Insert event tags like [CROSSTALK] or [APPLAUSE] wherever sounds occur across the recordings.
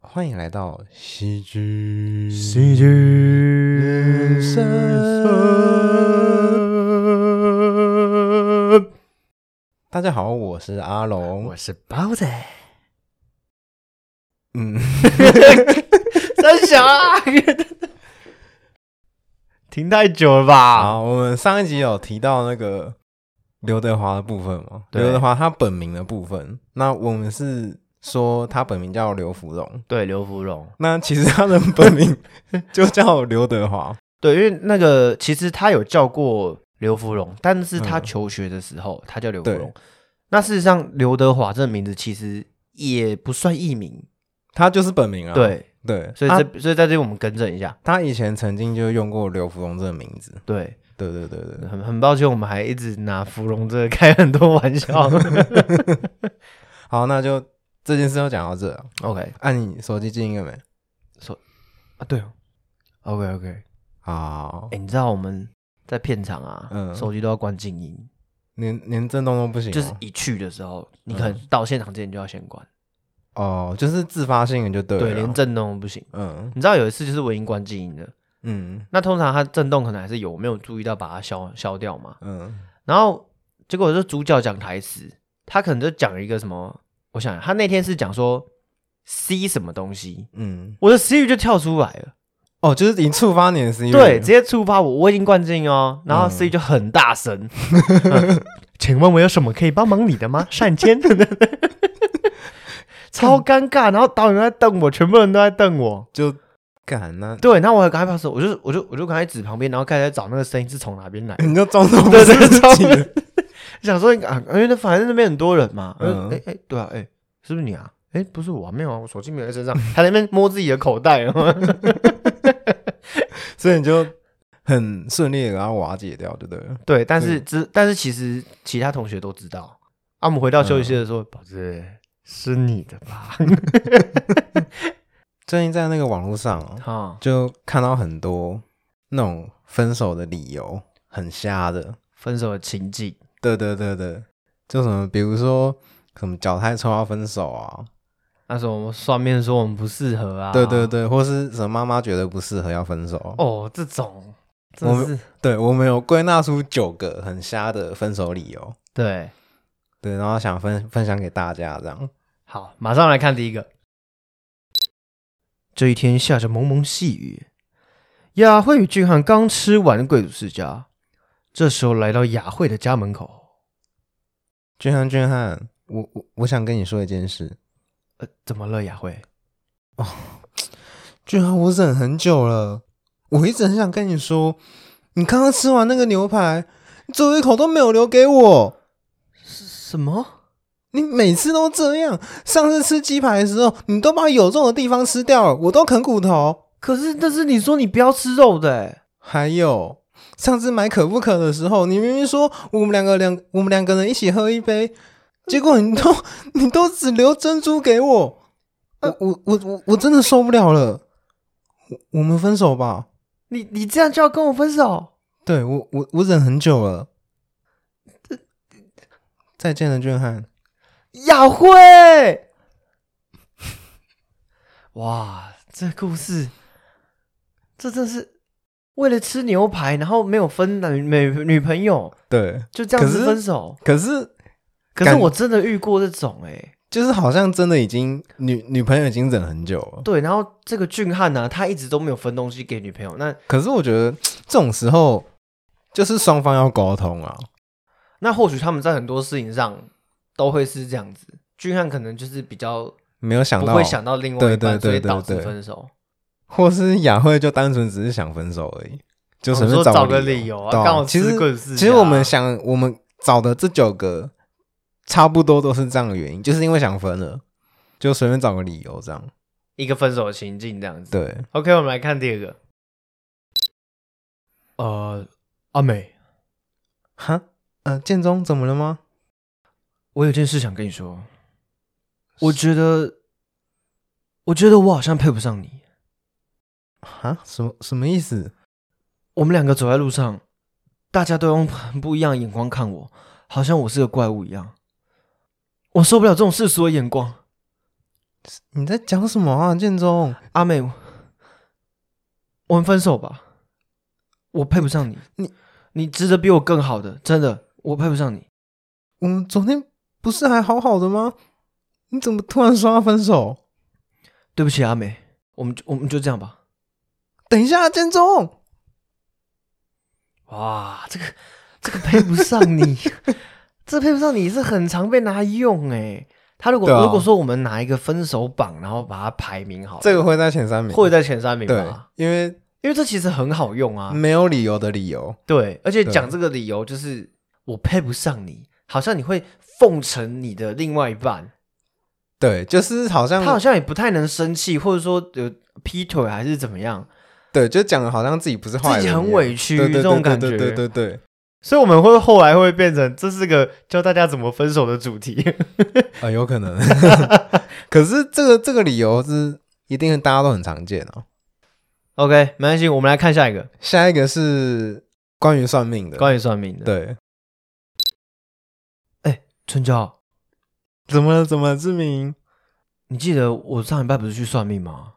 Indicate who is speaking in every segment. Speaker 1: 欢迎来到戏剧
Speaker 2: 戏剧人生。
Speaker 1: 大家好，我是阿龙
Speaker 2: 我。是包子， [LAUGHS]
Speaker 1: 嗯，
Speaker 2: 真小啊！ [LAUGHS] 停太久了吧？
Speaker 1: 好，我们上一集有提到那个刘德华的部分嘛？
Speaker 2: 对
Speaker 1: 刘德华他本名的部分，那我们是说他本名叫刘福荣，
Speaker 2: 对，刘芙蓉，
Speaker 1: 那其实他的本
Speaker 2: [LAUGHS]
Speaker 1: 名就叫刘德华。
Speaker 2: 对，因为那个其实他有叫过刘芙蓉，但是他
Speaker 1: 嗯
Speaker 2: 求学的时候、他叫刘芙
Speaker 1: 对
Speaker 2: 蓉。那事实上，刘德华这个名字其实也不算艺名，
Speaker 1: 他就是本名啊，
Speaker 2: 对，
Speaker 1: 对，
Speaker 2: 所以
Speaker 1: 他
Speaker 2: 这、所以在这里我们更正一下，
Speaker 1: 他以前曾经就用过刘福荣这个名字，
Speaker 2: 对，
Speaker 1: 对对对对，
Speaker 2: 很很抱歉，我们还一直拿芙蓉这个开很多玩 [LAUGHS] 笑。
Speaker 1: 好，那就这件事就讲到这啊。
Speaker 2: OK
Speaker 1: 按、你手机静音了
Speaker 2: 哎
Speaker 1: 没？
Speaker 2: 啊，对哦，OK OK，哎、
Speaker 1: 好，
Speaker 2: 诶你知道我们在片场啊，
Speaker 1: 嗯
Speaker 2: 手机都要关静音，
Speaker 1: 连连震动都不行哦、
Speaker 2: 就是一去的时候，你可能到现场之前就要先关，
Speaker 1: 哦，就是自发性的就对了。
Speaker 2: 对，啊连震动都不行。
Speaker 1: 嗯
Speaker 2: 你知道有一次就是我已经关静音了，
Speaker 1: 嗯
Speaker 2: 那通常它震动可能还是有，我没有注意到把它消消掉嘛。
Speaker 1: 嗯
Speaker 2: 然后结果就主角讲台词，他可能就讲一个什么，我想他那天是讲说 C 什么东西，
Speaker 1: 嗯，
Speaker 2: 我的词语就跳出来了。
Speaker 1: 哦，就是已经触发你的 C
Speaker 2: 对，直接触发我，我已经灌进哦，然后
Speaker 1: 嗯
Speaker 2: C 就很大 [LAUGHS] 声，嗯请问我有什么可以帮忙你的吗？善间， [LAUGHS] 超尴尬，然后导演都在瞪我，全部人都在瞪我。
Speaker 1: 就敢那、
Speaker 2: 对，然后我还赶快把手，我就我就我就赶快指旁边，然后开始在找那个声音是从哪边来的，
Speaker 1: 你就装作不
Speaker 2: 对
Speaker 1: 是
Speaker 2: 对
Speaker 1: 自己
Speaker 2: 装
Speaker 1: 的，
Speaker 2: [LAUGHS] 想说啊，因为那反正那边很多人嘛，
Speaker 1: 嗯
Speaker 2: 嗯，哎哎，对啊，哎，是不是你啊？哎，不是我啊、没有啊，我手机没有在身上，还在那边摸自己的口袋，
Speaker 1: [LAUGHS] 所以你就很顺利的把它瓦解掉，对不对了？
Speaker 2: 对，但是知，但是其实其他同学都知道。啊，我们回到休息室的时候，
Speaker 1: 嗯
Speaker 2: 宝子是你的吧？
Speaker 1: 最近在那个网络上、哦，
Speaker 2: 哈，
Speaker 1: 就看到很多那种分手的理由，很瞎的。
Speaker 2: 分手的情境，
Speaker 1: 对对对对，就什么，比如说什么脚太臭要分手啊，
Speaker 2: 那时候我们算命说我们不适合啊。
Speaker 1: 对对，对，或是什么妈妈觉得不适合要分手。哦，
Speaker 2: 哦，这种真
Speaker 1: 我
Speaker 2: 的
Speaker 1: 们
Speaker 2: 是
Speaker 1: 对我们有归纳出九个很瞎的分手理由，
Speaker 2: 对。
Speaker 1: 对，然后想分分享给大家这样。
Speaker 2: 好，马上来看第一个。这一天下着蒙蒙细雨，雅慧与俊汉刚吃完贵族世家，这时候来到雅慧的家门口。
Speaker 1: 俊汉，俊汉，我我我想跟你说一件事，
Speaker 2: 呃，怎么了，雅慧？
Speaker 1: 俊汉，我忍很久了，我一直很想跟你说，你刚刚吃完那个牛排，你最后一口都没有留给我。
Speaker 2: 什么？
Speaker 1: 你每次都这样，上次吃鸡排的时候，你都把有肉的地方吃掉了，我都啃骨头。
Speaker 2: 可是那是你说你不要吃肉的、欸。
Speaker 1: 还有上次买可不可的时候，你明明说我们两个两我们两个人一起喝一杯，结果你都 [LAUGHS] 你都只留珍珠给我，我我我我我真的受不了了，我我们分手吧。
Speaker 2: 你你这样就要跟我分手？
Speaker 1: 对我我我忍很久了，再见了，俊汉。
Speaker 2: 雅慧， [LAUGHS] 哇，这故事，这真是为了吃牛排，然后没有分男女女朋友，
Speaker 1: 对，
Speaker 2: 就这样
Speaker 1: 可
Speaker 2: 子
Speaker 1: 是
Speaker 2: 分手。
Speaker 1: 可是
Speaker 2: 可是
Speaker 1: 感
Speaker 2: 我真的遇过这种哎、欸，
Speaker 1: 就是好像真的已经女女朋友已经忍很久了。
Speaker 2: 对，然后这个俊汉呢、他一直都没有分东西给女朋友，那
Speaker 1: 可是我觉得这种时候就是双方要沟通啊。
Speaker 2: 那或许他们在很多事情上都会是这样子，俊汉可能就是比较
Speaker 1: 没有想
Speaker 2: 不
Speaker 1: 到
Speaker 2: 会想到另外
Speaker 1: 对
Speaker 2: 一半，
Speaker 1: 对
Speaker 2: 所以
Speaker 1: 对对
Speaker 2: 导致
Speaker 1: 对
Speaker 2: 分手。
Speaker 1: 或是雅慧就单纯只是想分手而已，就
Speaker 2: 哦
Speaker 1: 随
Speaker 2: 你
Speaker 1: 便
Speaker 2: 说
Speaker 1: 找
Speaker 2: 找个
Speaker 1: 理
Speaker 2: 理由啊
Speaker 1: 对
Speaker 2: 刚好
Speaker 1: 其
Speaker 2: 吃
Speaker 1: 实
Speaker 2: 棍子
Speaker 1: 其实我们
Speaker 2: 啊
Speaker 1: 想，我们找的这九个差不多都是这样的原因，就是因为想分了，就随便找个理由这样。
Speaker 2: 一个分手的情境这样子。
Speaker 1: 对，
Speaker 2: OK，我们来看第二个。呃，阿美，
Speaker 1: 哈，呃，建中怎么了吗？
Speaker 2: 我有件事想跟你说，我觉得，我觉得我好像配不上你。
Speaker 1: 哈，什么什么意思？
Speaker 2: 我们两个走在路上，大家都用很不一样的眼光看我，好像我是个怪物一样。我受不了这种世俗的眼光。
Speaker 1: 你在讲什么啊，建中？
Speaker 2: 阿妹，我我们分手吧，我配不上你，
Speaker 1: 你
Speaker 2: 你值得比我更好的，真的，我配不上你。
Speaker 1: 我们昨天不是还好好的吗？你怎么突然说要分手？
Speaker 2: 对不起，阿美，我们就我们就这样吧。
Speaker 1: 等一下，啊建中，
Speaker 2: 哇，这个这个配不上你， [LAUGHS] 这配不上你是很常被拿来用诶。他如果、
Speaker 1: 对啊
Speaker 2: 如果说我们拿一个分手榜，然后把它排名好了，
Speaker 1: 这个会在前三名，
Speaker 2: 会在前三名
Speaker 1: 对
Speaker 2: 吧？，
Speaker 1: 因为
Speaker 2: 因为这其实很好用啊。
Speaker 1: 没有理由的理由，
Speaker 2: 对，而且
Speaker 1: 对啊
Speaker 2: 讲这个理由就是我配不上你，好像你会奉承你的另外一半，
Speaker 1: 对，就是好像
Speaker 2: 他好像也不太能生气，或者说呃劈腿还是怎么样，
Speaker 1: 对，就讲的好像自己不是坏
Speaker 2: 自
Speaker 1: 人一
Speaker 2: 己
Speaker 1: 样，
Speaker 2: 很委屈
Speaker 1: 对对对
Speaker 2: 这种感
Speaker 1: 对对
Speaker 2: 觉。
Speaker 1: 对对
Speaker 2: 所以我们会后来会变成这是个教大家怎么分手的主题。
Speaker 1: 对，啊，有可能。 [LAUGHS] 可是这个这个理由是一定大家都很常见哦。
Speaker 2: OK，没关系，我们来看下一个
Speaker 1: 下一个是关于算命的，
Speaker 2: 关于算命的。，
Speaker 1: 对，
Speaker 2: 春娇，
Speaker 1: 怎么了？怎么了志明？
Speaker 2: 你记得我上礼拜不是去算命吗？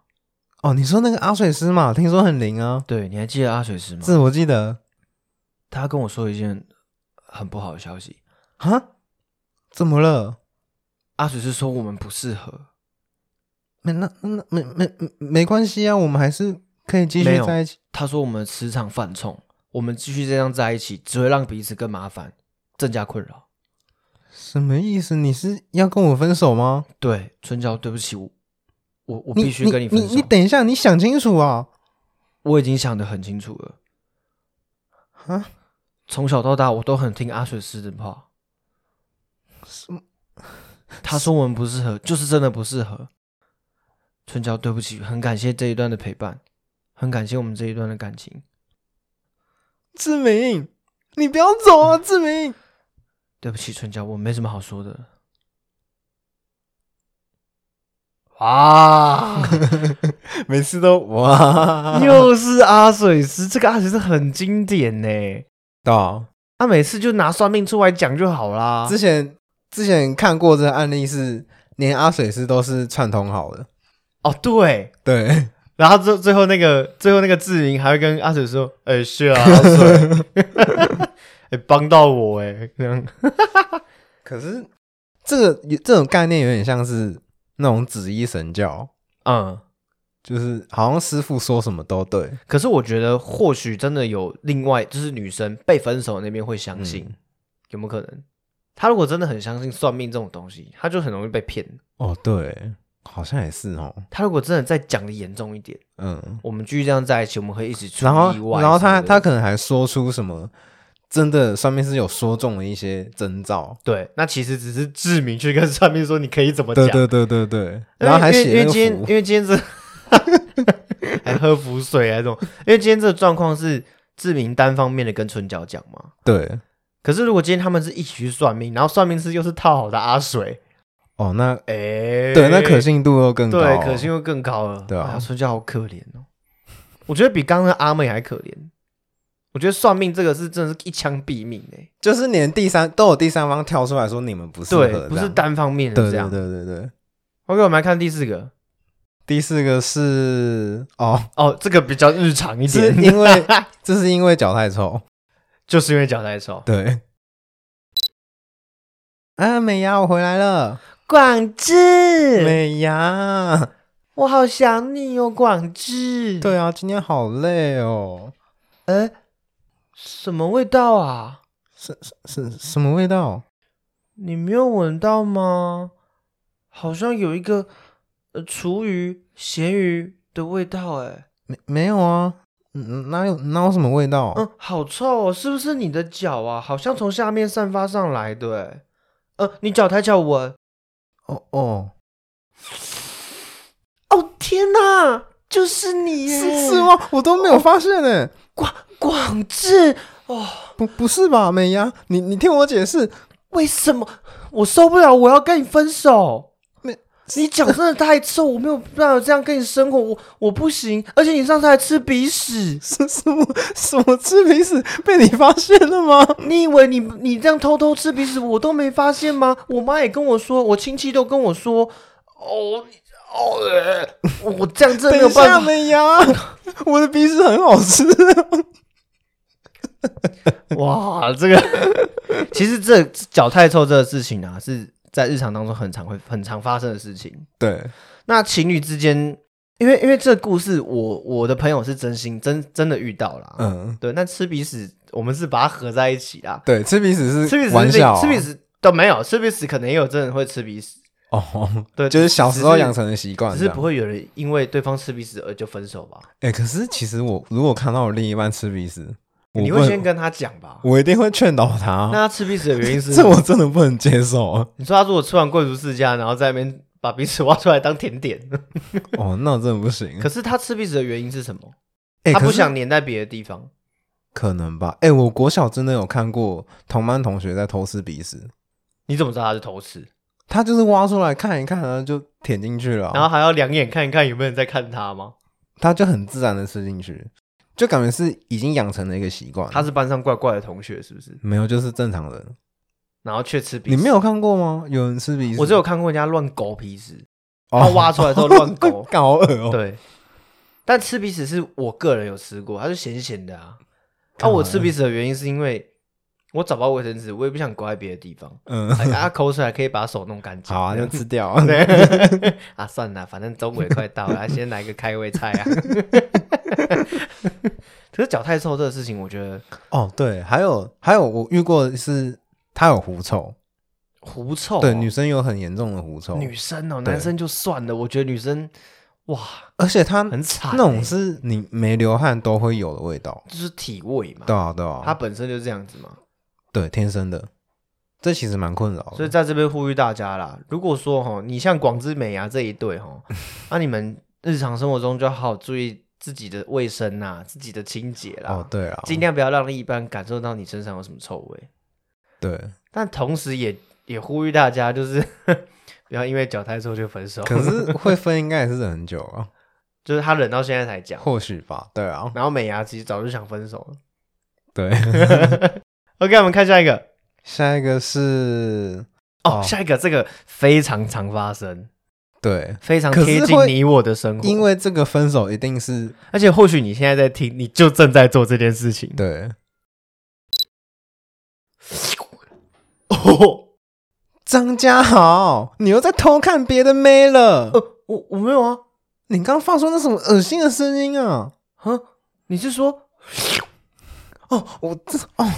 Speaker 1: 哦，你说那个阿水师嘛，听说很灵啊，
Speaker 2: 对，你还记得阿水师吗？
Speaker 1: 这我记得
Speaker 2: 他跟我说一件很不好的消息，
Speaker 1: 啊，怎么了？
Speaker 2: 阿水师说我们不适合。
Speaker 1: 没那那没没没没关系啊，我们还是可以继
Speaker 2: 没
Speaker 1: 续
Speaker 2: 有
Speaker 1: 在一起。
Speaker 2: 他说我们磁场犯冲，我们继续这样在一起，只会让彼此更麻烦，增加困扰。
Speaker 1: 什么意思？你是要跟我分手吗？
Speaker 2: 对，春娇，对不起，我我我
Speaker 1: 你
Speaker 2: 必须跟
Speaker 1: 你
Speaker 2: 分手。
Speaker 1: 你你等一下，你想清楚啊！
Speaker 2: 我已经想得很清楚了。
Speaker 1: 啊，
Speaker 2: 从小到大，我都很听阿水师的话。
Speaker 1: 什么？
Speaker 2: [LAUGHS] 他说我们不适合，就是真的不适合。春娇，对不起，很感谢这一段的陪伴，很感谢我们这一段的感情。
Speaker 1: 志明，你不要走 [LAUGHS] 啊！志明，
Speaker 2: 对不起，春娇，我没什么好
Speaker 1: [LAUGHS]
Speaker 2: 说的。
Speaker 1: [LAUGHS]
Speaker 2: 哇！
Speaker 1: 每次都哇
Speaker 2: 又是阿水师，这个阿水师很经典呢。
Speaker 1: 到
Speaker 2: 他、每次就拿算命出来讲就好啦。
Speaker 1: 之前之前看过这个案例是，连阿水师都是串通好的，
Speaker 2: 哦，对，
Speaker 1: [LAUGHS] 对，
Speaker 2: 然后最最后那个最后那个志明还会跟阿水说：“哎、是 [LAUGHS] 啊，阿水，哎、帮到我哎。”这样
Speaker 1: 可是这个有这种概念有点像是那种紫衣神教，
Speaker 2: 嗯，
Speaker 1: 就是好像师傅说什么都对，
Speaker 2: 可是我觉得或许真的有另外就是女生被分手那边会相信，
Speaker 1: 嗯
Speaker 2: 有没有可能？她如果真的很相信算命这种东西，她就很容易被骗。
Speaker 1: 哦，对，好像也是哦，
Speaker 2: 她如果真的再讲的严重一点，
Speaker 1: 嗯。
Speaker 2: 我们继续这样在一起，我们会一起出
Speaker 1: 然后
Speaker 2: 意外。
Speaker 1: 然后
Speaker 2: 什
Speaker 1: 他
Speaker 2: 么的
Speaker 1: 他可能还说出什么，真的上面是有说中了一些征兆。
Speaker 2: 对，那其实只是志明去跟算命说你可以怎么讲，
Speaker 1: 对对对对对，
Speaker 2: 因为
Speaker 1: 然后还
Speaker 2: 因为因
Speaker 1: 写
Speaker 2: 为
Speaker 1: 那个
Speaker 2: 今天
Speaker 1: 符
Speaker 2: 因为今天这 [LAUGHS] 还喝符水啊这种，因为今天这个状况是志明单方面的跟春娇讲嘛。
Speaker 1: 对，
Speaker 2: 可是如果今天他们是一起去算命，然后算命师又是套好的阿水，
Speaker 1: 哦，那
Speaker 2: 哎、
Speaker 1: 对，那可信度又更高、啊
Speaker 2: 对可信。又更高了。
Speaker 1: 对啊
Speaker 2: 哎呀春娇好可怜哦，我觉得比刚刚的阿妹还可怜。我觉得算命这个是真的是一枪毙命哎、
Speaker 1: 就是连第三都有第三方跳出来说你们不适合这
Speaker 2: 对，
Speaker 1: 样，
Speaker 2: 不是单方面的
Speaker 1: 对
Speaker 2: 这
Speaker 1: 对
Speaker 2: 样。
Speaker 1: 对对对。
Speaker 2: OK，我们来看第四个。
Speaker 1: 第四个是哦， [LAUGHS]
Speaker 2: 哦，这个比较日常一
Speaker 1: 是
Speaker 2: 点，
Speaker 1: 因为这是因为脚太臭，
Speaker 2: [LAUGHS] 就是因为脚太臭。
Speaker 1: 对。啊，美牙，我回来了，
Speaker 2: 广志，
Speaker 1: 美牙。
Speaker 2: 我好想你哦，广志。，
Speaker 1: 对啊，今天好累哦，
Speaker 2: 哎，什么味道啊？
Speaker 1: 是是是什么味道？
Speaker 2: 你没有闻到吗？好像有一个呃厨余、咸鱼的味道，哎，
Speaker 1: 没没有啊，嗯哪有哪有什么味道？啊
Speaker 2: 嗯，好臭哦，是不是你的脚啊？好像从下面散发上来的，哎，呃，你脚抬起来闻。
Speaker 1: 哦哦，
Speaker 2: 哦天哪，就是你耶，
Speaker 1: 是是吗？我都没有发现呢。
Speaker 2: 广广志哦。
Speaker 1: 不不是吧，美伢，你你听我解释，
Speaker 2: 为什么我受不了？我要跟你分手
Speaker 1: 没。
Speaker 2: 你脚真的太臭，我没有办法这样跟你生活，我我不行。而且你上次还吃鼻屎，
Speaker 1: 是什么什么吃鼻屎被你发现了吗？
Speaker 2: 你以为你你这样偷偷吃鼻屎，我都没发现吗？我妈也跟我说，我亲戚都跟我说，哦你哦，呃我这样真的没
Speaker 1: 等
Speaker 2: 有
Speaker 1: 一下
Speaker 2: 办法。
Speaker 1: 美牙，我的鼻屎很好吃。 [LAUGHS]
Speaker 2: 哇，这个 [LAUGHS] 其实这脚太臭这个事情啊，是在日常当中很常会很常发生的事情。
Speaker 1: 对，
Speaker 2: 那情侣之间，因为因为这个故事我我的朋友是真心真真的遇到啦。
Speaker 1: 嗯，
Speaker 2: 对，那吃鼻屎我们是把它合在一起啦。
Speaker 1: 对，吃鼻屎
Speaker 2: 吃鼻
Speaker 1: 是
Speaker 2: 屎
Speaker 1: 玩
Speaker 2: 是
Speaker 1: 笑
Speaker 2: 另，
Speaker 1: 哦，
Speaker 2: 吃鼻屎都没有，吃鼻屎可能也有真人会吃鼻屎，
Speaker 1: [LAUGHS] 哦，
Speaker 2: 对，
Speaker 1: 就是小时候
Speaker 2: 只是
Speaker 1: 养成的习惯
Speaker 2: 只
Speaker 1: 这
Speaker 2: 是
Speaker 1: 样。
Speaker 2: 不会有人因为对方吃鼻屎而就分手吧？
Speaker 1: 哎，可是其实我如果看到我另一半吃鼻屎，我
Speaker 2: 你
Speaker 1: 不
Speaker 2: 会
Speaker 1: 能
Speaker 2: 先跟他讲吧？
Speaker 1: 我一定会劝导他。
Speaker 2: 那他吃鼻屎的原因
Speaker 1: [LAUGHS]
Speaker 2: 是？
Speaker 1: 这我真的不能接受啊
Speaker 2: 你说他如果吃完贵族世家，然后在那边把鼻屎挖出来当
Speaker 1: [LAUGHS]
Speaker 2: 甜点，
Speaker 1: 哦，那真的不行。
Speaker 2: 可是他吃鼻屎的原因是什么？
Speaker 1: 哎
Speaker 2: 他不
Speaker 1: 可是
Speaker 2: 想粘在别的地方。
Speaker 1: 可能吧？哎、我国小真的有看过同班同学在偷吃鼻屎，
Speaker 2: 你怎么知道他是偷吃？
Speaker 1: 他就是挖出来看一看啊，就舔进去了啊、
Speaker 2: 然后还要两眼看一看有没有人在看他吗？
Speaker 1: 他就很自然的吃进去，就感觉是已经养成了一个习惯。
Speaker 2: [LAUGHS] 他是班上怪怪的同学是不是？
Speaker 1: 没有，就是正常人。
Speaker 2: 然后却吃鼻
Speaker 1: 你
Speaker 2: 屎。
Speaker 1: 没有看过吗？有人吃鼻屎？
Speaker 2: 我只有看过人家乱勾鼻屎，
Speaker 1: 哦
Speaker 2: 他
Speaker 1: [LAUGHS]
Speaker 2: 挖出来之后乱勾。
Speaker 1: 干好恶 [LAUGHS] 哦、
Speaker 2: 对，但吃鼻屎是我个人有吃过，它是咸咸的啊。啊，
Speaker 1: 干嘛
Speaker 2: 我吃鼻屎的原因是因为我找不到卫生纸，我也不想勾在别的地
Speaker 1: [LAUGHS]
Speaker 2: 方。
Speaker 1: 嗯，
Speaker 2: 哎，啊，口水还可以把手弄干净。
Speaker 1: 好啊，就吃掉啊。[LAUGHS]
Speaker 2: [LAUGHS] 对啊，算了，反正中午也快到了，啊先来个开胃菜
Speaker 1: [LAUGHS]
Speaker 2: 啊。可是脚太臭这个事情，我觉得
Speaker 1: 哦，对，还有还有，我遇过的是他有狐臭，
Speaker 2: 狐臭哦、
Speaker 1: 对，女生有很严重的狐臭，
Speaker 2: 女生哦，
Speaker 1: 对
Speaker 2: 男生就算了，我觉得女生哇
Speaker 1: 而且他
Speaker 2: 很惨欸、
Speaker 1: 那种是你没流汗都会有的味道。
Speaker 2: 就是体味嘛，
Speaker 1: 对啊，对啊，
Speaker 2: 它本身就是这样子嘛。
Speaker 1: 对，天生的，这其实蛮困扰的。
Speaker 2: 所以在这边呼吁大家啦，如果说哈，你像广之美牙啊这一对
Speaker 1: [LAUGHS]
Speaker 2: 哈，那、你们日常生活中就要好好注意自己的卫生呐、自己的清洁啦，
Speaker 1: 哦，对啊，
Speaker 2: 尽量不要让另一半感受到你身上有什么臭味。
Speaker 1: 对。
Speaker 2: 但同时也也呼吁大家，就是 [LAUGHS] 不要因为脚太臭就分手。
Speaker 1: 可是会分应该也是很久啊，
Speaker 2: [LAUGHS] 就是他忍到现在才讲，
Speaker 1: 或许吧。对啊，
Speaker 2: 然后美牙其实早就想分手了。
Speaker 1: 对。
Speaker 2: [LAUGHS] OK，我们看下一个
Speaker 1: 下一个是，
Speaker 2: 哦，
Speaker 1: 哦
Speaker 2: 下一个这个非常常发生，
Speaker 1: 对，
Speaker 2: 非常
Speaker 1: 可是
Speaker 2: 贴近
Speaker 1: 会
Speaker 2: 你我的生活。
Speaker 1: 因为这个分手一定是
Speaker 2: 而且或许你现在在听，你就正在做这件事情。
Speaker 1: 对，
Speaker 2: [LAUGHS] 哦，
Speaker 1: 张家豪，你又在偷看别的妹了？
Speaker 2: 呃，我我没有啊，
Speaker 1: 你刚放出那什么恶心的声音啊？
Speaker 2: 啊，你是说
Speaker 1: 哦，我这哦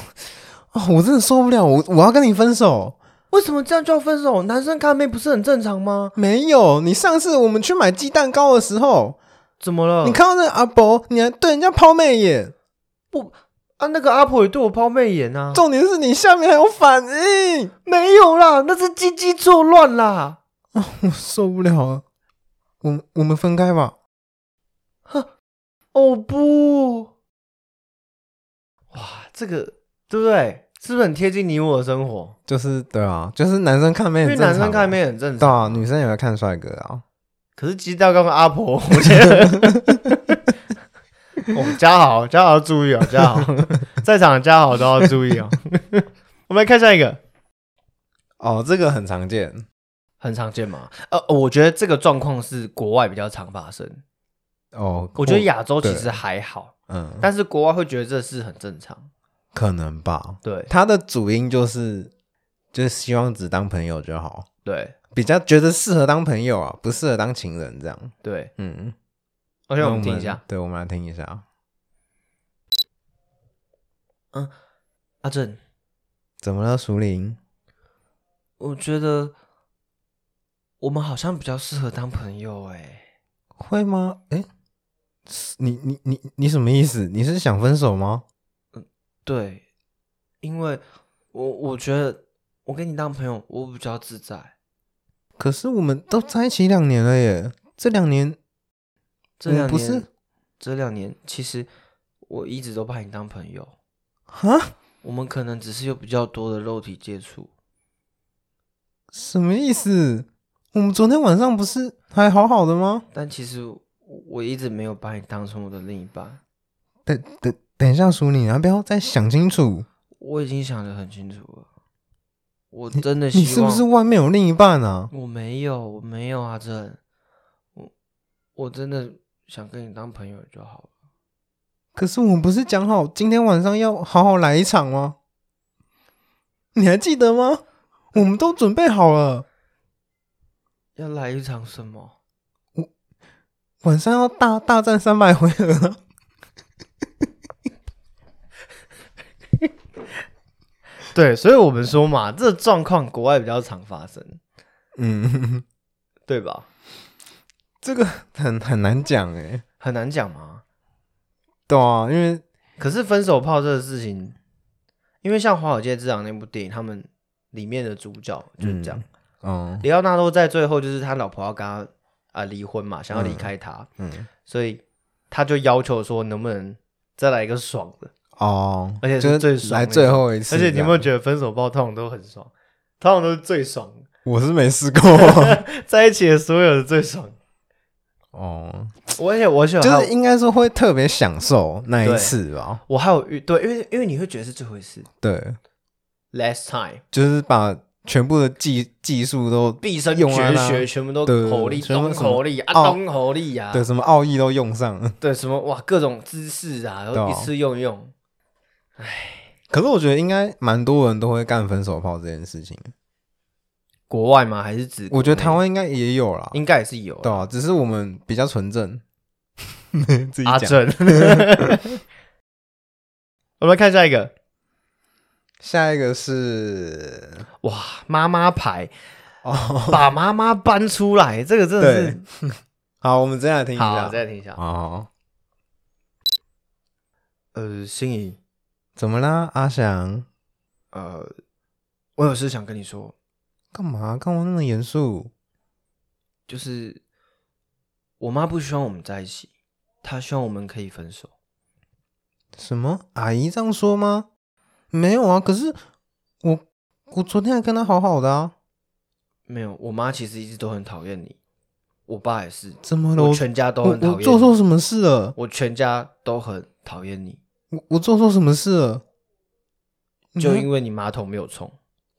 Speaker 1: 哦，我真的受不了，我我要跟你分手。
Speaker 2: 为什么这样就要分手？男生看妹不是很正常吗？
Speaker 1: 没有，你上次我们去买鸡蛋糕的时候，
Speaker 2: 怎么了？
Speaker 1: 你看到那个阿伯，你还对人家抛媚眼，
Speaker 2: 啊，那个阿婆也对我抛媚眼啊。
Speaker 1: 重点是你下面还有反应，
Speaker 2: 没有啦，那是鸡鸡作乱啦。
Speaker 1: 我 [LAUGHS] 受不了了。我我们分开吧。
Speaker 2: 哦不，哇，这个对不对？是不是很贴近你我的生活？
Speaker 1: 就是对啊，就是男生看妹
Speaker 2: 因
Speaker 1: 很
Speaker 2: 为
Speaker 1: 正常啊，
Speaker 2: 男生看妹很正
Speaker 1: 对
Speaker 2: 常，
Speaker 1: 啊，女生也会看帅哥啊。
Speaker 2: 可是鸡蛋糕跟阿婆， [LAUGHS] 我觉得。 [LAUGHS] 哦，嘉豪，嘉豪要注意哦，嘉豪， [LAUGHS] 在场的嘉豪都要注意哦。 [LAUGHS] 我们来看下一个，
Speaker 1: 哦，这个很常见，
Speaker 2: 很常见嘛。呃，我觉得这个状况是国外比较常发生，
Speaker 1: 哦，
Speaker 2: 我觉得亚洲其
Speaker 1: 对
Speaker 2: 实还好，
Speaker 1: 嗯，
Speaker 2: 但是国外会觉得这是很正常。
Speaker 1: 可能吧。
Speaker 2: 对
Speaker 1: 他的主因就是就是希望只当朋友就好，
Speaker 2: 对
Speaker 1: 比较觉得适合当朋友啊，不适合当情人这样。
Speaker 2: 对，
Speaker 1: 嗯，
Speaker 2: 而且我们听一下。
Speaker 1: 对，我们来听一下，
Speaker 2: 阿正，
Speaker 1: 怎么了，熟林？
Speaker 2: 我觉得我们好像比较适合当朋友哎。
Speaker 1: 会吗？诶，是你你你你什么意思？你是想分手吗？
Speaker 2: 对，因为我我觉得我跟你当朋友，我比较自在。
Speaker 1: 可是我们都在一起两年了耶，这两年
Speaker 2: 这两年
Speaker 1: 嗯不是
Speaker 2: 这两年，其实我一直都把你当朋友。
Speaker 1: 啊，
Speaker 2: 我们可能只是有比较多的肉体接触。
Speaker 1: 什么意思？我们昨天晚上不是还好好的吗？
Speaker 2: 但其实我我一直没有把你当成我的另一半，
Speaker 1: 等等等一下，淑玲，你要不要再想清楚？
Speaker 2: 我已经想得很清楚了。我真的
Speaker 1: 你
Speaker 2: 希
Speaker 1: 是
Speaker 2: 望
Speaker 1: 不是外面有另一半啊？
Speaker 2: 我没有，我没有啊，正，我真的想跟你当朋友就好了。
Speaker 1: 可是我们不是讲好今天晚上要好好来一场吗？你还记得吗？我们都准备好了，
Speaker 2: 要来一场什么？
Speaker 1: 晚上要大大战三百回合啊。
Speaker 2: 对，所以我们说嘛，这状况国外比较常发生，
Speaker 1: 嗯，
Speaker 2: 对吧？
Speaker 1: 这个很很难讲哎、
Speaker 2: 很难讲嘛。
Speaker 1: 对啊，因为
Speaker 2: 可是分手炮这个事情，因为像《华尔街之狼》那部电影，他们里面的主角就是这样。
Speaker 1: 哦，
Speaker 2: 里奥纳多在最后就是他老婆要跟他啊离婚嘛，想要离开他，
Speaker 1: 嗯，
Speaker 2: 所以他就要求说，能不能再来一个爽的？
Speaker 1: 哦，
Speaker 2: 而且
Speaker 1: 就是
Speaker 2: 最
Speaker 1: 是
Speaker 2: 爽
Speaker 1: 来
Speaker 2: 那
Speaker 1: 最
Speaker 2: 种
Speaker 1: 后一次
Speaker 2: 而
Speaker 1: 这
Speaker 2: 且
Speaker 1: 样，
Speaker 2: 你有没有觉得分手炮通常都很爽？通常都是最爽的，
Speaker 1: 我是没
Speaker 2: [LAUGHS]
Speaker 1: 试过
Speaker 2: 在一起的所有的最爽。
Speaker 1: 哦，
Speaker 2: 我而且我而且我
Speaker 1: 就
Speaker 2: 还
Speaker 1: 是
Speaker 2: 有
Speaker 1: 应该说会特别享受那一
Speaker 2: 对
Speaker 1: 次吧。
Speaker 2: 我还有遇对，因为因为你会觉得是最后一次
Speaker 1: 对，
Speaker 2: ，last time，
Speaker 1: 就是把全部的技技术都
Speaker 2: 毕生
Speaker 1: 用完
Speaker 2: 绝
Speaker 1: 啦
Speaker 2: 学全部都
Speaker 1: 对对对
Speaker 2: 口力，
Speaker 1: 全部
Speaker 2: 东
Speaker 1: 什么
Speaker 2: 口力啊，
Speaker 1: 哦
Speaker 2: 东口力啊，
Speaker 1: 对什么奥义都用上了。
Speaker 2: 对什么哇各种姿势啊，然
Speaker 1: 对啊
Speaker 2: 后一次用一用。
Speaker 1: 可是我觉得应该蛮多人都会干分手炮这件事情，
Speaker 2: 国外吗？还是指
Speaker 1: 我觉得台
Speaker 2: 国内
Speaker 1: 湾应该也有啦，
Speaker 2: 应该也是有
Speaker 1: 对啊，只是我们比较纯正。 [LAUGHS] 啊自己
Speaker 2: 阿
Speaker 1: 讲，
Speaker 2: 正。 [LAUGHS] 我们来看下一个，
Speaker 1: 下一个是
Speaker 2: 哇，妈妈牌
Speaker 1: 哦，
Speaker 2: 把妈妈搬出来，这个真的
Speaker 1: 对
Speaker 2: 是，
Speaker 1: 好，我们接下来听一
Speaker 2: 好，
Speaker 1: 下。
Speaker 2: 再听一下。
Speaker 1: 哦，
Speaker 2: 呃，心怡，
Speaker 1: 怎么啦，阿翔？
Speaker 2: 呃，我有事想跟你说，
Speaker 1: 干嘛？干嘛那么严肃？
Speaker 2: 就是我妈不希望我们在一起，她希望我们可以分手。
Speaker 1: 什么？阿姨这样说吗？没有啊，可是我我昨天还跟她好好的啊，
Speaker 2: 没有，我妈其实一直都很讨厌你，我爸也是，
Speaker 1: 怎么了？
Speaker 2: 我
Speaker 1: 我
Speaker 2: 全家都
Speaker 1: 哦我
Speaker 2: 很讨厌
Speaker 1: 我
Speaker 2: 你。
Speaker 1: 做错什么事了？
Speaker 2: 我全家都很讨厌你，
Speaker 1: 我我做错什么事了？
Speaker 2: 就
Speaker 1: 你
Speaker 2: 因为你马桶没有冲。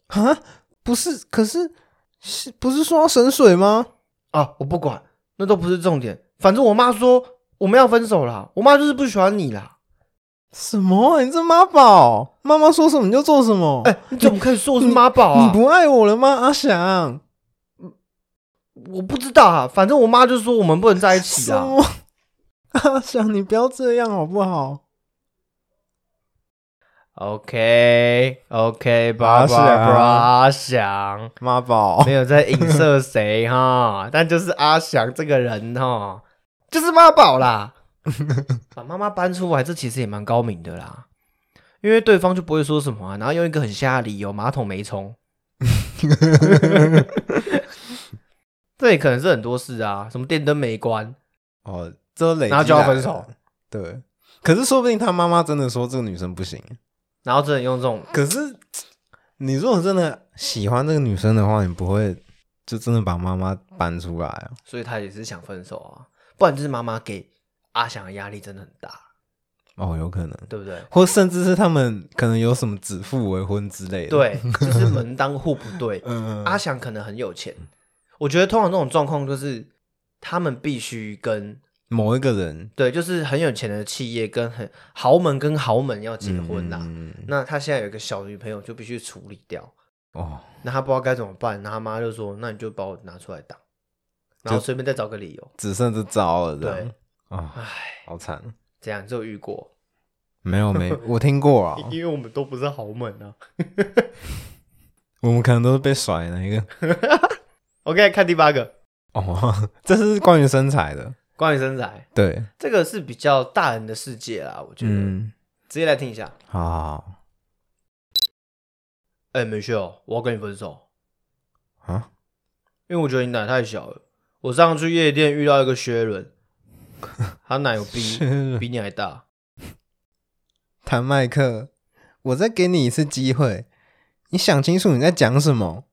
Speaker 1: 啊，不是，可是是不是说要省水吗？
Speaker 2: 啊，我不管，那都不是重点。反正我妈说我们要分手啦，我妈就是不喜欢你啦。
Speaker 1: 什么？你这妈宝，妈妈说什么你就做什么。
Speaker 2: 哎、你怎么可以说我是妈宝啊？
Speaker 1: 你不爱我了吗，阿翔？
Speaker 2: 我不知道啊，反正我妈就说我们不能在一起啊
Speaker 1: 什
Speaker 2: 啦。
Speaker 1: 么？ [LAUGHS] 阿翔，你不要这样好不好？
Speaker 2: OK OK，
Speaker 1: [LAUGHS] 阿
Speaker 2: 爸
Speaker 1: 翔
Speaker 2: 爸阿翔
Speaker 1: 妈宝
Speaker 2: [LAUGHS] 没，有在影射谁哈，但就是阿翔这个人哈，就是妈宝啦。把妈妈搬出来，这其实也蛮高明的啦，因为对方就不会说什么啊，然后用一个很瞎的理由，马桶没冲。这也可能是很多事啊，什么电灯没关，
Speaker 1: 哦，这累积
Speaker 2: 然后就要
Speaker 1: 来
Speaker 2: 分
Speaker 1: 的
Speaker 2: 手。
Speaker 1: 对，可是说不定他妈妈真的说这个女生不行。
Speaker 2: 然后只能用这种
Speaker 1: 可是你如果真的喜欢这个女生的话，你不会就真的把妈妈搬出来啊？
Speaker 2: 所以他也是想分手啊，不然就是妈妈给阿翔的压力真的很大，
Speaker 1: 哦，有可能，
Speaker 2: 对不对？
Speaker 1: 或甚至是他们可能有什么指腹为婚之类的。，
Speaker 2: 对，就是门当户不对。
Speaker 1: 嗯，
Speaker 2: 阿翔可能很有钱，我觉得通常这种状况就是他们必须跟
Speaker 1: 某一个人
Speaker 2: 对，就是很有钱的企业跟很豪门跟豪门要结婚啊啦、
Speaker 1: 嗯
Speaker 2: 那他现在有一个小女朋友就必须处理掉，
Speaker 1: 哦，
Speaker 2: 那他不知道该怎么办，那他妈就说：“那你就把我拿出来当，然后随便再找个理由。
Speaker 1: 只剩这招了，这
Speaker 2: 对
Speaker 1: 样，啊、
Speaker 2: 唉，
Speaker 1: 好惨。
Speaker 2: 这样就遇过。
Speaker 1: 没有没，我听过啊，
Speaker 2: 因为我们都不是豪门啊。
Speaker 1: 我们可能都是被甩的一个。
Speaker 2: OK，看第八个，
Speaker 1: 哦， [LAUGHS] 这是关于身材的，
Speaker 2: 关于身材，
Speaker 1: 对，
Speaker 2: 这个是比较大人的世界啦，我觉得。
Speaker 1: 嗯，
Speaker 2: 直接来听一下。
Speaker 1: 好好
Speaker 2: 哎、美秀，我要跟你分手，
Speaker 1: 好啊，
Speaker 2: 因为我觉得你奶太小了。我上次去夜店遇到一个薛伦，他
Speaker 1: [LAUGHS]
Speaker 2: 奶有比
Speaker 1: 是
Speaker 2: 比你还大。
Speaker 1: 谭麦克，我再给你一次机会，你想清楚你在讲什么。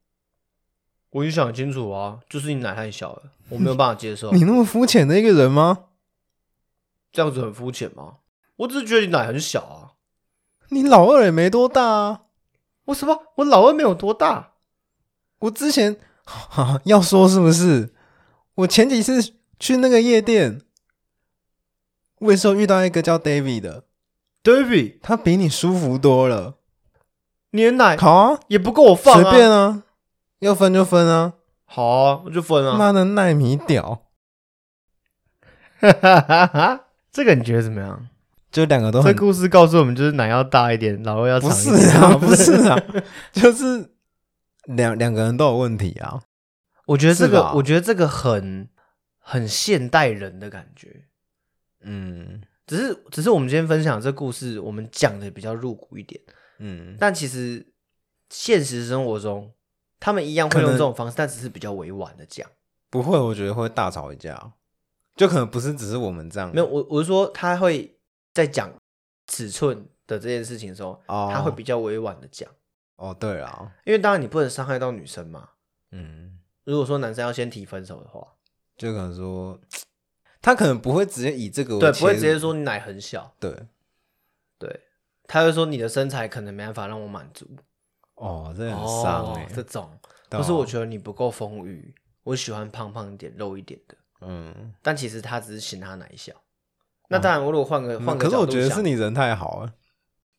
Speaker 2: 我已经想清楚啊，就是你奶太小了，我没有办法接
Speaker 1: [LAUGHS]
Speaker 2: 受。
Speaker 1: 你那么肤浅的一个人吗？
Speaker 2: 这样子很肤浅吗？我只是觉得你奶很小啊。
Speaker 1: 你老二也没多大啊。
Speaker 2: 我什么？我老二没有多大。
Speaker 1: [LAUGHS] 我之前要说是不是？我前几次去那个夜店，我也是有遇到一个叫 David 的，
Speaker 2: David，
Speaker 1: 他比你舒服多了。
Speaker 2: 你的奶
Speaker 1: 好啊，
Speaker 2: 也不够我放
Speaker 1: 随
Speaker 2: 啊，
Speaker 1: 便啊，要分就分啊，
Speaker 2: 好啊，我就分啊。
Speaker 1: 妈的奈米屌，
Speaker 2: [LAUGHS] 这个你觉得怎么样？
Speaker 1: 就两个都
Speaker 2: 这
Speaker 1: 很
Speaker 2: 故事告诉我们，就是奶要大一点，老二要长
Speaker 1: 不
Speaker 2: 一
Speaker 1: 是
Speaker 2: 点。
Speaker 1: 啊，不
Speaker 2: [LAUGHS]
Speaker 1: 是啊，就是两两个人都有问题啊。
Speaker 2: 我觉得这
Speaker 1: 是
Speaker 2: 个
Speaker 1: 吧，
Speaker 2: 我觉得这个很很现代人的感觉。
Speaker 1: 嗯
Speaker 2: 只是，只是我们今天分享这故事，我们讲的比较入骨一点。
Speaker 1: 嗯，
Speaker 2: 但其实现实生活中，他们一样
Speaker 1: 可
Speaker 2: 会
Speaker 1: 能
Speaker 2: 用这种方式，但只是比较委婉的讲。
Speaker 1: 不会，我觉得会大吵一架，就可能不是只是我们这样，
Speaker 2: 没有，我我是说他会在讲尺寸的这件事情的时候，
Speaker 1: 哦
Speaker 2: 他会比较委婉的讲，
Speaker 1: 哦，对啊，
Speaker 2: 因为当然你不能伤害到女生嘛。
Speaker 1: 嗯，
Speaker 2: 如果说男生要先提分手的话，
Speaker 1: 就可能说他可能不会直接以这个为
Speaker 2: 对，不会
Speaker 1: 切
Speaker 2: 直接
Speaker 1: 入
Speaker 2: 说你奶很小，
Speaker 1: 对
Speaker 2: 对，他会说你的身材可能没办法让我满足，
Speaker 1: 哦，这很伤哎、
Speaker 2: 哦这种，
Speaker 1: 对
Speaker 2: 或
Speaker 1: 啊
Speaker 2: 是我觉得你不够丰腴，我喜欢胖胖一点、肉一点的，
Speaker 1: 嗯，
Speaker 2: 但其实他只是嫌他奶小。那当然，我如果换个
Speaker 1: 嗯
Speaker 2: 换个
Speaker 1: 可是我
Speaker 2: 角度
Speaker 1: 觉得
Speaker 2: 想
Speaker 1: 是你人太好
Speaker 2: [LAUGHS]
Speaker 1: 了，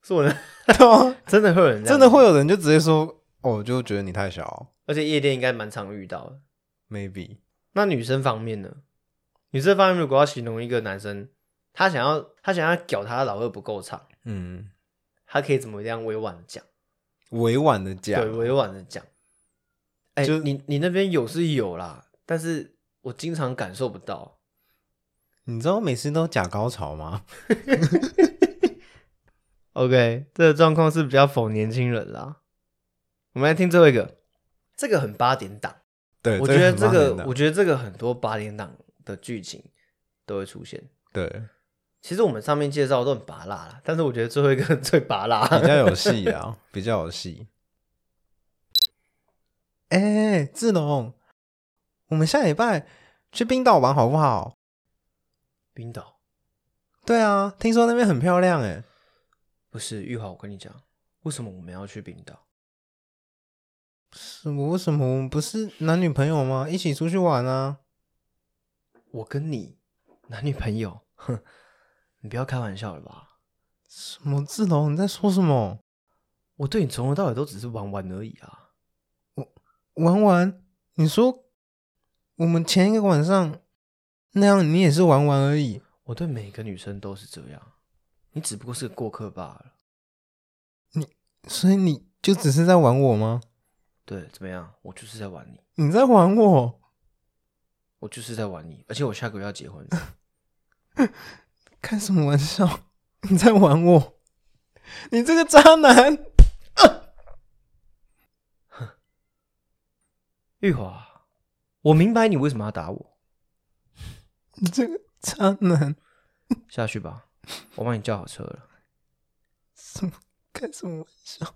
Speaker 2: 是我的， [LAUGHS]
Speaker 1: 对啊，
Speaker 2: 真的会有人这样
Speaker 1: 真的会，有人就直接说，哦，我就觉得你太小
Speaker 2: 而且夜店应该蛮常遇到的。
Speaker 1: ，maybe，
Speaker 2: 那女生方面呢？女生方面，如果要形容一个男生，他想要他想要屌他老二不够长，
Speaker 1: 嗯，
Speaker 2: 他可以怎么样委婉的讲？
Speaker 1: 委婉的讲
Speaker 2: 对，，委婉的讲。哎、
Speaker 1: 就
Speaker 2: 你你那边有是有啦，但是我经常感受不到。
Speaker 1: 你知道我每次都假高潮吗？
Speaker 2: OK，这个状况是比较否年轻人啦。我们来听最后一个，这个很八点档，
Speaker 1: [LAUGHS] 对，
Speaker 2: 我觉得这
Speaker 1: 很麻烦
Speaker 2: 个
Speaker 1: 的
Speaker 2: 我觉得这个很多八点档的剧情都会出现。
Speaker 1: [LAUGHS] 对
Speaker 2: 其实我们上面介绍都很拔辣啦，但是我觉得最后一个 [LAUGHS] 最拔辣。
Speaker 1: 比较有戏啊，比较有戏。 [LAUGHS] 哎、志龙，我们下礼拜去冰岛玩好不好？
Speaker 2: 冰岛
Speaker 1: 对啊，听说那边很漂亮哎、
Speaker 2: 不是玉华，我跟你讲，为什么我们要去冰岛？
Speaker 1: 什么？为什么我们不是男女朋友吗？一起出去玩啊？
Speaker 2: 我跟你男女朋友，哼，你不要开玩笑了吧？
Speaker 1: 什么志龙？你在说什么？
Speaker 2: 我对你从头到尾都只是玩玩而已啊。
Speaker 1: 玩玩？你说我们前一个晚上那样，你也是玩玩而已。
Speaker 2: 我对每个女生都是这样，你只不过是个过客罢了。
Speaker 1: 所以你就只是在玩我吗？
Speaker 2: 对，怎么样？我就是在玩你，
Speaker 1: 你在玩我？
Speaker 2: 我就是在玩你，而且我下个月要结婚了。
Speaker 1: 开什么玩笑？ [LAUGHS] 你在玩我？你这个渣男！
Speaker 2: 玉华，我明白你为什么要打我，
Speaker 1: 你这个渣男！
Speaker 2: 下去吧，我帮你叫好车了。
Speaker 1: 什么？开什么玩笑？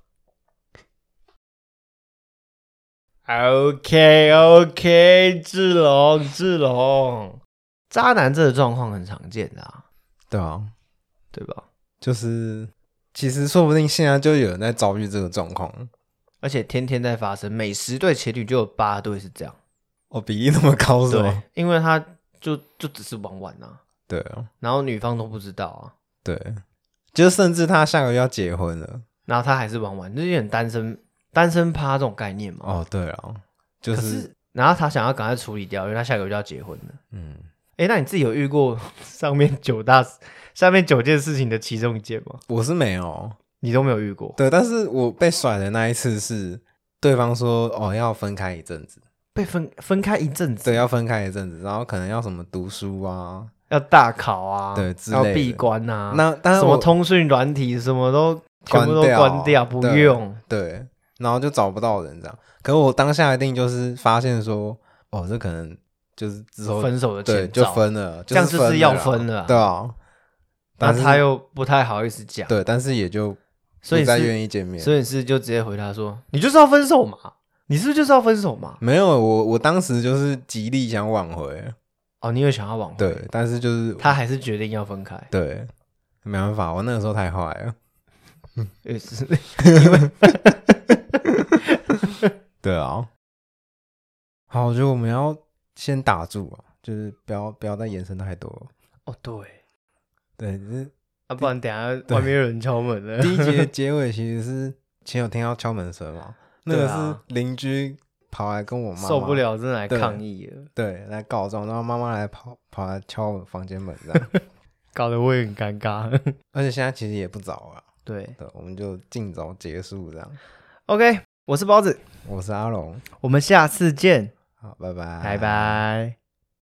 Speaker 2: OK OK，志龙志龙，渣男这个状况很常见的、啊，
Speaker 1: 对啊，
Speaker 2: 对吧？
Speaker 1: 就是其实说不定现在就有人在遭遇这个状况，
Speaker 2: 而且天天在发生，每十对情侣就有八对是这样。
Speaker 1: 哦，比例那么高是
Speaker 2: 对
Speaker 1: 吗？，
Speaker 2: 因为他就就只是玩玩啊，
Speaker 1: 对啊，
Speaker 2: 然后女方都不知道啊，
Speaker 1: 对，就甚至他下个月要结婚了。
Speaker 2: 然后他还是玩玩，就是有点单身单身趴这种概念嘛。
Speaker 1: 哦，对啊，就
Speaker 2: 可
Speaker 1: 是
Speaker 2: 是，然后他想要赶快处理掉，因为他下个月就要结婚了。
Speaker 1: 嗯，
Speaker 2: 哎，那你自己有遇过 [LAUGHS] 上面九大上面九件事情的其中一件吗？
Speaker 1: 我是没有，
Speaker 2: 你都没有遇过？
Speaker 1: 对，但是我被甩的那一次是对方说哦要分开一阵子，
Speaker 2: 被分分开一阵子，
Speaker 1: 对，要分开一阵子，然后可能要什么读书啊，
Speaker 2: 要大考啊，
Speaker 1: 对之
Speaker 2: 要
Speaker 1: 类的
Speaker 2: 闭关啊，
Speaker 1: 那当然
Speaker 2: 什么
Speaker 1: 我
Speaker 2: 通讯软体什么都全部都
Speaker 1: 关掉啊
Speaker 2: 关掉，不
Speaker 1: 对
Speaker 2: 用。
Speaker 1: 对，然后就找不到人这样，可我当下一定就是发现说哦这可能就是之后
Speaker 2: 分手的
Speaker 1: 对
Speaker 2: 前
Speaker 1: 就
Speaker 2: 兆，
Speaker 1: 分了，
Speaker 2: 这样就是是
Speaker 1: 了
Speaker 2: 要
Speaker 1: 啦
Speaker 2: 分了啊
Speaker 1: 对啊，
Speaker 2: 那
Speaker 1: 但是
Speaker 2: 他又不太好意思讲，
Speaker 1: 对，但是也就
Speaker 2: 所以
Speaker 1: 不再
Speaker 2: 是
Speaker 1: 愿意见面，
Speaker 2: 所以是就直接回答说：“你就是要分手嘛，你是不是就是要分手嘛
Speaker 1: 没有我我当时就是极力想挽回，？”
Speaker 2: 哦，你有想要挽回，
Speaker 1: 对，但是就是
Speaker 2: 他还是决定要分开，
Speaker 1: 对，没办法，我那个时候太坏了。
Speaker 2: 也是
Speaker 1: 对啊，好，我觉得我们要先打住啊，就是不要不要再延伸太多。
Speaker 2: 哦，对，
Speaker 1: 对，就是
Speaker 2: 啊，不然等一下外面有人敲门 [LAUGHS] 了。
Speaker 1: 第一集的结尾其实是前有听到敲门声嘛，那
Speaker 2: 对
Speaker 1: 个
Speaker 2: 啊
Speaker 1: 是邻居跑来跟我妈妈
Speaker 2: 受不，了，真的来抗议了，
Speaker 1: 对，来告状，然后妈妈来跑跑来敲我房间门这
Speaker 2: [LAUGHS]
Speaker 1: 样，
Speaker 2: 搞得我也很尴尬。 [LAUGHS]
Speaker 1: 而且现在其实也不早了，
Speaker 2: 对
Speaker 1: 对，我们就尽早结束这样。
Speaker 2: ，OK，我是包子，
Speaker 1: 我是阿龙，
Speaker 2: 我们下次见，
Speaker 1: 好，拜拜，
Speaker 2: 拜拜。